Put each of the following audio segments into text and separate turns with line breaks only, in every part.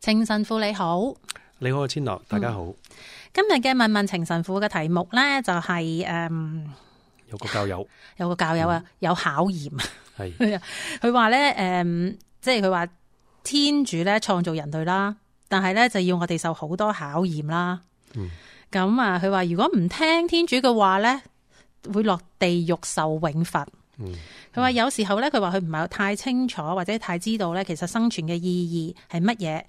程神父你好。
你好，千樂，大家好。
今日嘅問問情神父嘅題目咧，就係、嗯
有個教友
有個教友啊，有考驗。
係
佢話咧，诶、即係佢話天主咧創造人類啦，但係咧就要我哋受好多考驗啦。
嗯
咁啊，佢話如果唔聽天主嘅話咧，會落地獄受永罰。
嗯
佢話有時候咧，佢話佢唔係太清楚或者太知道咧，其實生存嘅意義係乜嘢，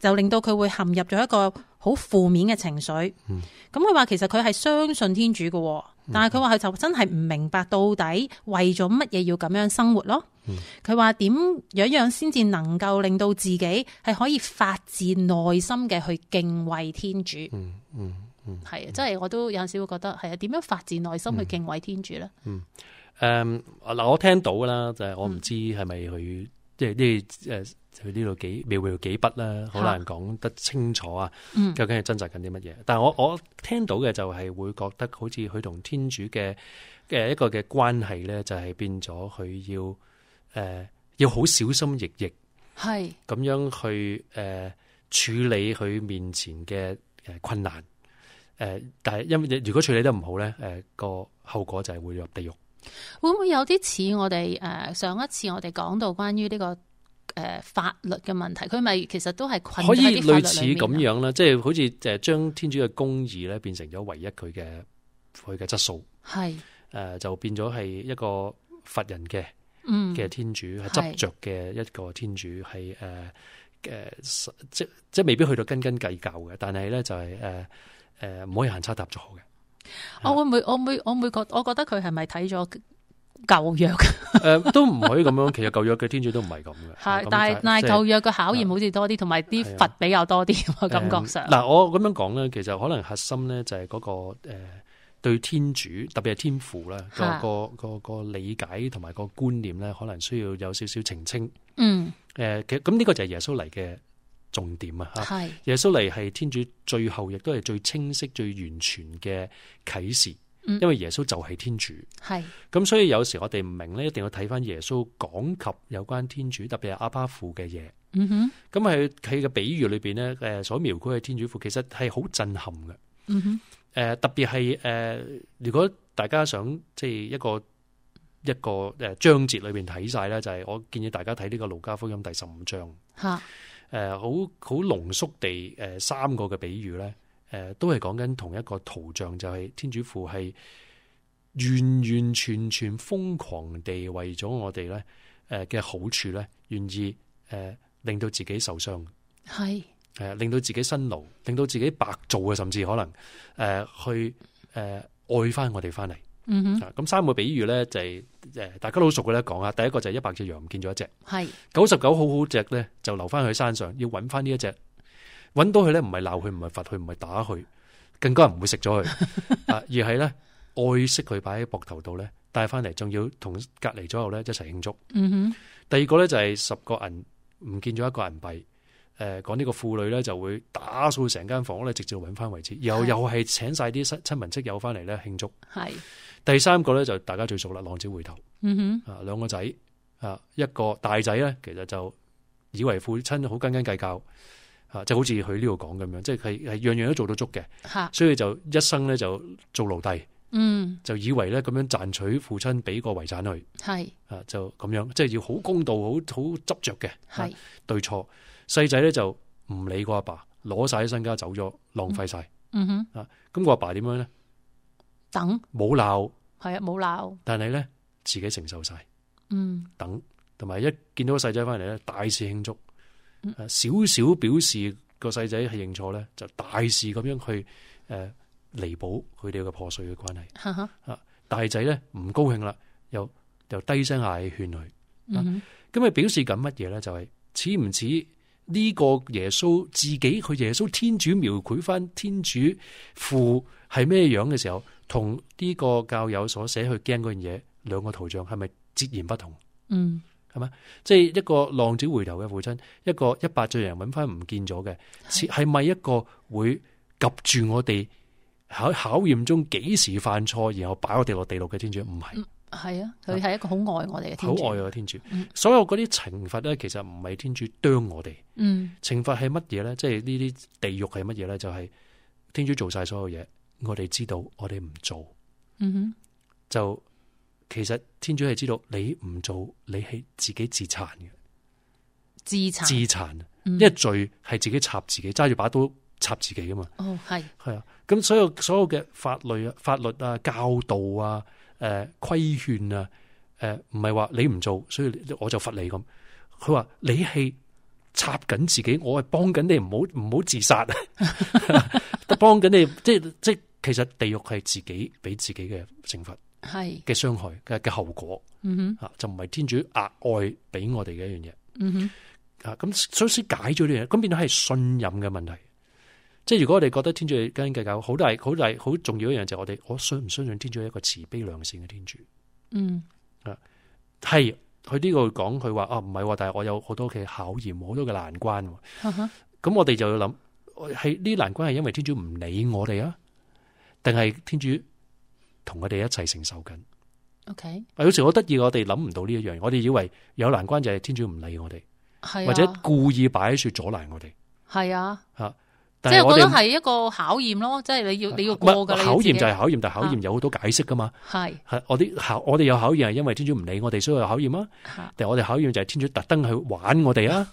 就令到佢會陷入咗一個好負面嘅情緒。
嗯
咁佢話其實佢係相信天主嘅喎，但係佢話佢就真係唔明白到底為咗乜嘢要咁樣生活咯
嗯。
佢話點樣樣先至能夠令到自己係可以發自內心嘅去敬畏天主？
嗯嗯嗯
係，即係我都有陣時會覺得係啊，點樣發自內心去敬畏天主咧？
誒嗱，我聽到啦，就係我唔知係咪佢即係呢誒佢呢度幾描繪到幾筆啦，好難講得清楚啊。
嗯
究竟係掙扎緊啲乜嘢？但係我我聽到嘅就係會覺得好似佢同天主嘅嘅一個嘅關係咧，就係變咗佢要誒、呃要好小心翼翼。
係
咁樣去誒、呃、處理佢面前嘅誒困難。誒、呃但係因為如果處理得唔好咧，誒、個後果就係會入地獄。
會唔會有啲似我哋誒、呃上一次我哋講到關於呢、個誒、呃法律嘅問題？佢咪其實都係困咗
可以
喺啲法律
類似
裏面
咁
啊
樣啦，即係好似誒將天主嘅公義咧變成咗唯一佢嘅佢嘅質素。
係
誒、就變咗係一個罰人嘅
嗯
嘅天主，
係
係執着嘅一個天主，係誒誒即即未必去到斤斤計較嘅，但係咧就係誒誒唔可以行差踏錯嘅。啊
我會唔會我會我會覺我覺得佢係咪睇咗舊 約
誒、呃都唔可以咁樣，其實舊約嘅天主都唔係咁嘅。
係
啊咁，
但係但係
即係啊
舊約嘅考驗好似多啲，同埋啲
係啊
罰比較多啲喎，感覺上
誒嗯嗱、我咁樣講咧，其實可能核心咧就係嗰、個誒、對天主，特別係天父啦，
嚇
個個個個理解同埋個觀念咧，可能需要有少少澄清。誒、呃
嗯
其實咁呢個就係耶穌嚟嘅重點啊！嚇，
係
耶穌嚟係天主最後，亦都係最清晰、最完全嘅啟示，
嗯
因為耶穌就係天主。
係
咁所以有時我哋唔明咧，一定要睇翻耶穌講及有關天主，特別係阿巴父嘅嘢。
嗯哼
咁喺佢嘅比喻裏邊咧，誒所描繪嘅天主父其實係好震撼嘅。
嗯哼
誒特別係誒，如果大家想即係一個一個誒章節裏邊睇晒咧，就係、我建議大家睇呢個路加福音第十五章。
嚇
誒呃好好濃縮地誒三個嘅比喻咧，誒、都係講緊同一個圖像，就係、天主父係完完全全瘋狂地為咗我哋咧誒嘅好處咧，願意誒、令到自己受傷，誒、
係
令到自己辛勞，令到自己白做嘅，甚至可能誒、呃去誒、呃愛翻我哋翻嚟。
嗯哼
啊咁、三個比喻咧就係、誒大家都好熟嘅咧，講啊下第一個就係一百隻羊唔見咗一隻。
係
九十九好好只咧，就留翻去山上，要揾翻呢一只，揾到佢咧，唔係鬧佢，唔係罰佢，唔係打佢， 更加唔會食咗佢，啊，而係咧愛惜佢擺喺膊頭度咧，帶翻嚟，仲要同隔離左右咧一齊慶祝。
嗯哼
第二個咧就係十個銀唔見咗一個銀幣，誒講呢個婦女咧就會打掃成間房咧，直至到揾翻為止，又
係
又係請晒啲親親朋戚友翻嚟咧慶祝。
係
第三個咧就大家最熟啦，浪子回頭。
嗯哼
啊，兩個仔啊，一個大仔咧，其實就以為父親好斤斤計較，啊，就好似佢呢度講咁樣，即係係係樣樣都做到足嘅，
嚇
所以就一生咧就做奴隸，
嗯
就以為咧咁樣賺取父親俾個遺產佢，
係
啊，就咁樣，即係要好公道，好好執着嘅，啊
係
對錯。細仔咧就唔理個阿爸，攞晒啲身家走咗，浪費晒。
嗯哼
咁個阿爸點樣咧？
等
冇鬧，
係啊冇鬧
但係咧自己承受晒。
嗯。
等，同埋一見到個細仔翻嚟咧，大肆慶祝
嗯，
誒少少表示個細仔係認錯咧，就大肆咁樣去誒彌補佢哋嘅破碎嘅關係。
哈哈，
大仔咧唔高興啦，又又低聲嗌勸佢，
嗯
咁佢表示緊乜嘢咧？就係似唔似呢個耶穌自己佢耶穌天主描繪翻天主父係咩樣嘅時候，同呢個教友所寫去驚嗰樣嘢兩個圖像係咪截然不同？
嗯，
即係一個浪子回頭嘅父親，一個一百歲人揾翻唔見咗嘅，似係咪一個會及住我哋考考驗中幾時犯錯，然後擺我哋落地獄嘅天主？唔係，
系啊，佢係一個好愛我哋嘅
好
天主。
愛啊天主。所有嗰啲懲罰咧，其實唔係天主啄我哋，
嗯
懲罰係乜嘢咧？即係呢啲地獄係乜嘢咧？就係天主做晒所有嘢，我哋知道，我哋唔做，
嗯哼，
就其實天主係知道你唔做，你係自己自殘嘅。
自殘嗯
自殘，啊因為罪係自己插自己，揸住把刀插自己噶嘛，
哦，係
係啊。咁所有所有嘅法律啊、法律啊、教導啊、诶、規勸啊、诶唔係話你唔做，所以我就罰你咁。佢話你係插緊自己，我係幫緊你，唔好唔好自殺， 幫緊你，即係即係其實地獄係自己俾自己嘅懲罰
係，
嘅傷害嘅嘅後果。
嗯
啊，就唔係天主額外俾我哋嘅一樣嘢。
哼，嗯哼，
啊，咁所以先解咗呢樣嘢，咁變咗係信任嘅問題。即係如果我哋覺得天主係斤計較，好大好大好重要一樣就係我哋我信唔相信天主係一個慈悲良善嘅天主？
嗯
係佢呢個講佢話啊唔係喎，但係我有好多嘅考驗，好多嘅難關喎。
哈啊哈
咁我哋就要諗，係呢難關係因為天主唔理我哋啊，定係天主同我哋一齊承受緊？
，OK，
啊有時好得意，我哋諗唔到呢一樣，我哋以為有難關就係天主唔理我哋，
係啊，
或者故意擺喺處阻攔我哋。
係啊，即
但
係
係
我
我
覺
哋
得係一個考驗咯，即係你要你要
唔
過
係
噶，
考驗就
係
係考驗，但係考驗
啊
有好多解釋噶嘛。
係
係我啲考，我哋有考驗係因為天主唔理我哋，所以有考驗啊。
嚇
但係我哋考驗就係天主特登去玩我 哋啊。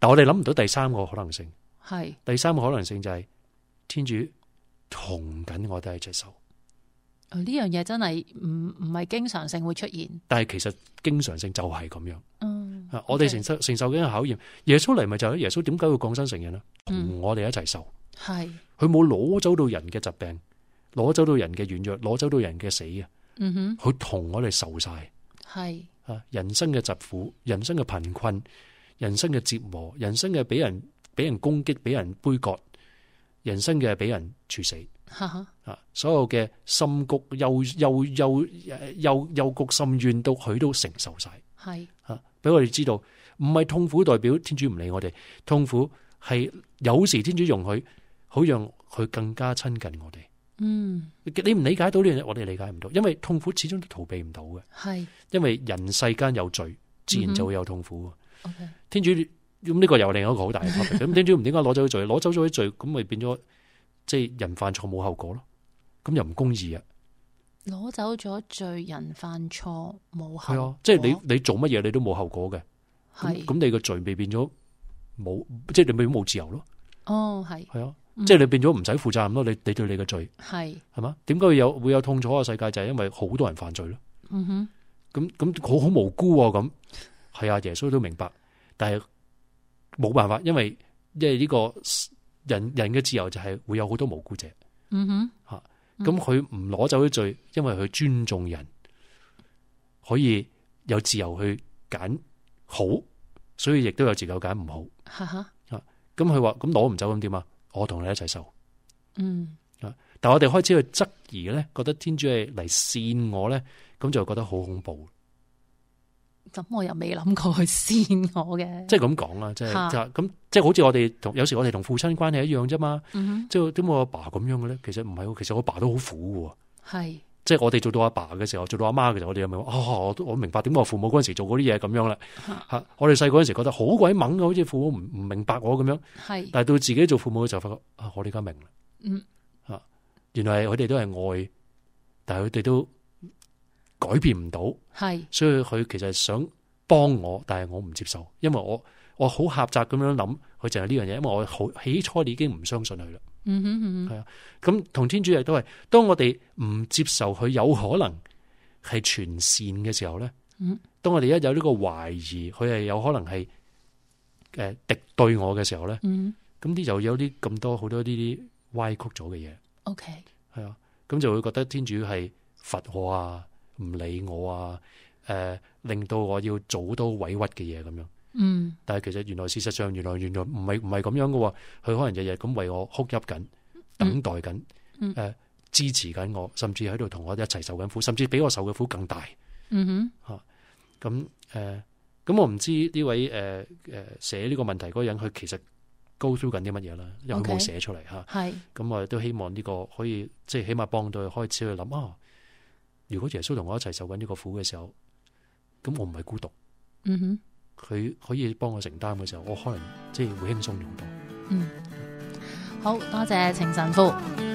但我哋諗唔到第三個可能性，
係
第三個可能性就係天主同緊我哋一隻手，
哦呢樣嘢真係唔唔係經常性會出現。
但係其實經常性就係咁樣。
嗯
啊我哋
OK
承受承受緊嘅考驗，耶穌嚟咪就係耶穌點解會降生成人啊？同
嗯
我哋一齊受。
係，
佢冇攞走到人嘅疾病，攞走到人嘅軟弱，攞走到人嘅死啊！
嗯哼，
佢同我哋受晒
係
啊！人生嘅疾苦，人生嘅貧困，人生嘅折磨，人生嘅俾人俾人攻擊，俾人杯葛，人生嘅俾人處死
哈哈，
啊！所有嘅深谷、幽幽幽幽幽谷深淵，都佢都承受晒
係
啊！俾我哋知道，唔係痛苦代表天主唔理我哋，痛苦係有時天主容許，好讓佢更加親近我哋。
嗯
你唔理解到呢樣嘢，我哋理解唔到，因為痛苦始終都逃避唔到嘅。
係
因為人世間有罪，自然就會有痛苦。
OK
天主咁呢個又另一個好大嘅 topic。咁天主唔點解攞走啲罪？攞走咗啲罪，咁咪變咗即係人犯錯冇後果咯。咁又唔公義啊！
攞走咗罪人犯錯冇後
係
果
啊，即係你你做乜嘢你都冇後果嘅。咁
係
咁你個罪咪變咗冇，即係你咪冇自由咯。
哦係
係啊，即係你變咗唔使負責任咯。你你對你嘅罪
係
係嘛？點解會有會有痛楚嘅世界？就係因為好多人犯罪咯。
嗯哼
咁咁好好無辜喎、咁係啊，耶穌都明白，但係冇辦法，因為因為呢個人人嘅自由就係會有好多無辜者，
嗯哼
咁佢唔攞走啲罪，因為佢尊重人，可以有自由去揀好，所以亦都有自由揀唔好。
哈哈
咁佢話：咁攞唔走咁點啊？我同你一齊受。
嗯
但我哋開始去質疑咧，覺得天主係嚟善我咧，咁就覺得好恐怖。
咁我又未諗過去先我嘅
即係咁講啦，即係
嚇
即係咁，即係好似我哋同有時我哋同父親關係一樣啫嘛。
嗯
即係點解我阿爸咁樣嘅咧？其實唔係喎，其實我阿爸都好苦嘅喎。
哼係
即係我哋做到阿爸嘅時候，做到阿媽嘅時候，我哋又咪話哦，我都我明白點解我父母嗰陣時做嗰啲嘢咁樣啦。嚇！我哋細個嗰陣時覺得好鬼猛啊嘅，好似父母唔唔明白我咁樣。
係
但係到自己做父母嘅時候，發覺啊，我哋而家明啦。
嗯
啊，原來係佢哋都係愛，但係佢哋都改變唔到。
係
所以佢其實係想幫我，但係我唔接受，因為我我好狹窄咁樣諗，佢就係呢樣嘢，因為我好起初已經唔相信佢啦。
嗯哼嗯哼
咁同天主亦都係，當我哋唔接受佢有可能係全善嘅時候咧，
嗯
當我哋一有呢個懷疑，佢係有可能係诶敵對我嘅時候咧，
嗯
咁啲就有啲咁多好多呢啲歪曲咗嘅嘢，
OK
係啊，咁就會覺得天主係罰我啊，唔理我啊，诶、令到我要做到委屈嘅嘢咁樣。
嗯
但係其實原來事實上原來原來唔係唔係咁樣嘅喎，佢可能日日咁為我哭泣緊，等待緊，誒、
嗯
支持緊我，甚至喺度同我一齊受緊苦，甚至比我受嘅苦更大。
嗯哼
咁誒，呃咁、我唔知呢位誒誒寫呢個問題嗰個人，佢其實 go through 緊啲乜嘢啦，因為佢
OK
冇寫出嚟嚇。
係
咁我哋都希望呢個可以即係起碼幫到佢開始去諗啊，如果耶穌同我一齊受緊呢個苦嘅時候，咁我唔係孤獨，
嗯哼。
佢可以幫我承擔嘅時候，我可能即係會輕鬆好多。
好多謝程神父。
我